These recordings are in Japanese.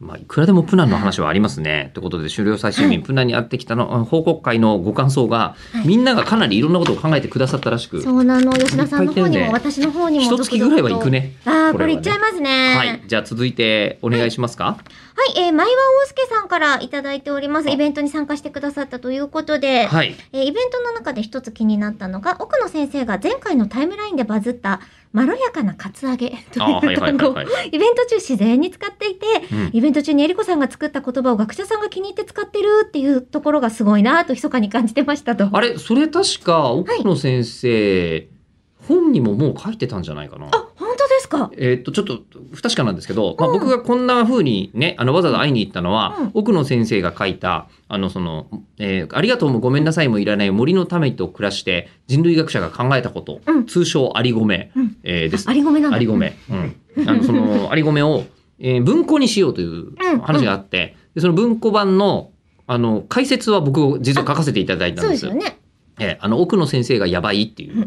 まあ、いくらでもプナンの話はありますね。ということで、終了最終日、プナンに会ってきたの、報告会のご感想が、みんながかなりいろんなことを考えてくださったらしく、そうなの吉田さんの方にいっもぱい来私の方にも一月ぐらいは行くね。ああここれはねれいっちゃいますねはい。じゃあ続いて、お願いしますか。はい、えー、前は大輔さんからいただいております。イベントに参加してくださったということで、はい。えーイベントの中で一つ気になったのが、奥野先生が前回のタイムラインでバズった、まろやかなカツアゲとあーはいいうはい単は語いをはい。イベント中自然に使っていて、うんイベント中にえりこさんが作った言葉を学者さんが気に入って使ってるっていうところがすごいなと密かに感じてましたと。あれ、それ確か、奥野先生、本にももう書いてたんじゃないかな。あ、本当ですかえーっと、ちょっと不確かなんですけど、まあ、うん僕がこんな風にね、あの、わざわざ会いに行ったのは、うん奥野先生が書いた、あの、その、えーありがとうもごめんなさいもいらない森のためと暮らして、人類学者が考えたこと、うん通称ありごめ、うんえーですあ。りごめなんだ。ありご。め。うん。あの、その、ありごめを、えー文庫にしようという話があって、でその文庫版の、あの、解説は僕を実は書かせていただいたそんうでですすよね。ええあの奥野先生がやばいって いう、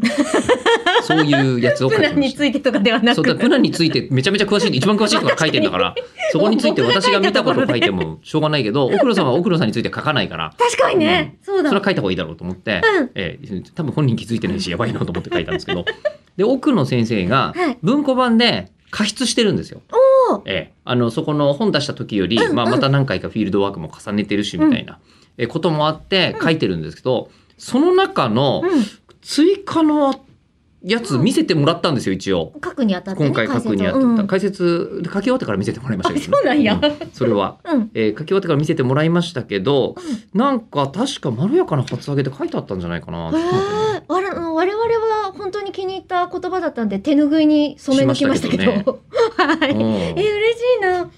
そういうやつを書プいラてンまにした。ついてとかではなそくうだプナンについてめちゃめちゃ詳しい一番詳しい人が書いてんだ からそこについてもう僕が私書いたが見たことをとこ書ろいでてもしょうがないけど奥野さんは奥野さんについて書かないから確かにね。そうそだ。れは書いた方がいいだろうと思って、うんええ多分本人気づいてないしやばいなと思って書いたんですけどで奥野先生がはい文庫版で加筆してるんですよ。おーええ、あのそこの本出した時より、うんうんまあ、また何回かフィールドワークも重ねてるしみたいな、えこともあってうん書いてるんですけど、その中のうん。追加のやつ見せてもらったんですよ一応。書くにあたって、ね、今回書くにあたった解説を解説で書き終わってから見せてもらいましたけど、あそうなんやそれは、うん、うん、えー書き終わってから見せてもらいましたけど、なんか確かまろやかな初上げで書いてあったんじゃないかなへえわらあの我々は本当に気に入った言葉だったんで手ぬぐいに染め抜きましたけどしましたけどはい、うんえ嬉しいな、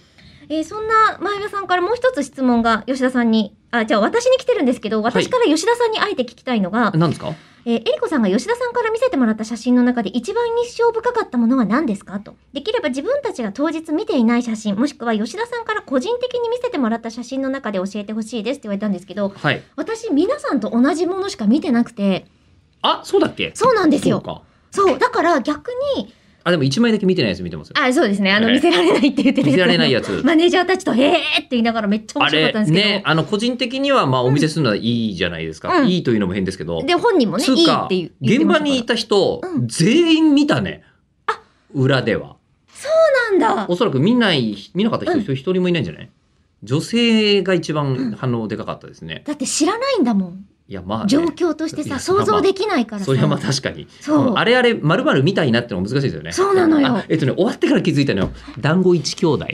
えーそんな前田さんからもう一つ質問が吉田さんにあじゃあ私に来てるんですけど私から吉田さんにあえて聞きたいのが、なんですかえー、えりこさんが吉田さんから見せてもらった写真の中で一番印象深かったものは何ですかと。できれば自分たちが当日見ていない写真、もしくは吉田さんから個人的に見せてもらった写真の中で教えてほしいですって言われたんですけど、はい私皆さんと同じものしか見てなくて、あそうだっけそうなんですそうよ。かそう、だから逆に、あでも一枚だけ見てないやつ見てますよあ、そうですね、あのええ見せられないって言ってた見せられないやつマネージャーたちとへーって言いながらめっちゃ面あ白かれったんですけど、ねあの個人的にはまあお見せするのはいいじゃないですか、うんいいというのも変ですけどで、本人もね、ついういかっていう言って現ま場したからにいた人、うん全員見たね裏ではそうなんだ。おそらく見ない見なかった人うん一人もいないんじゃない、女性が一番反応でかかったですね、だって知らないんだもん。いやまあね、状況としていやさ、想像できないからさ。それはまあ確かにそうあれあれまるまるみたいなってのも難しいですよねそうなのよあえっとね終わってから気づいたのよ団子一兄弟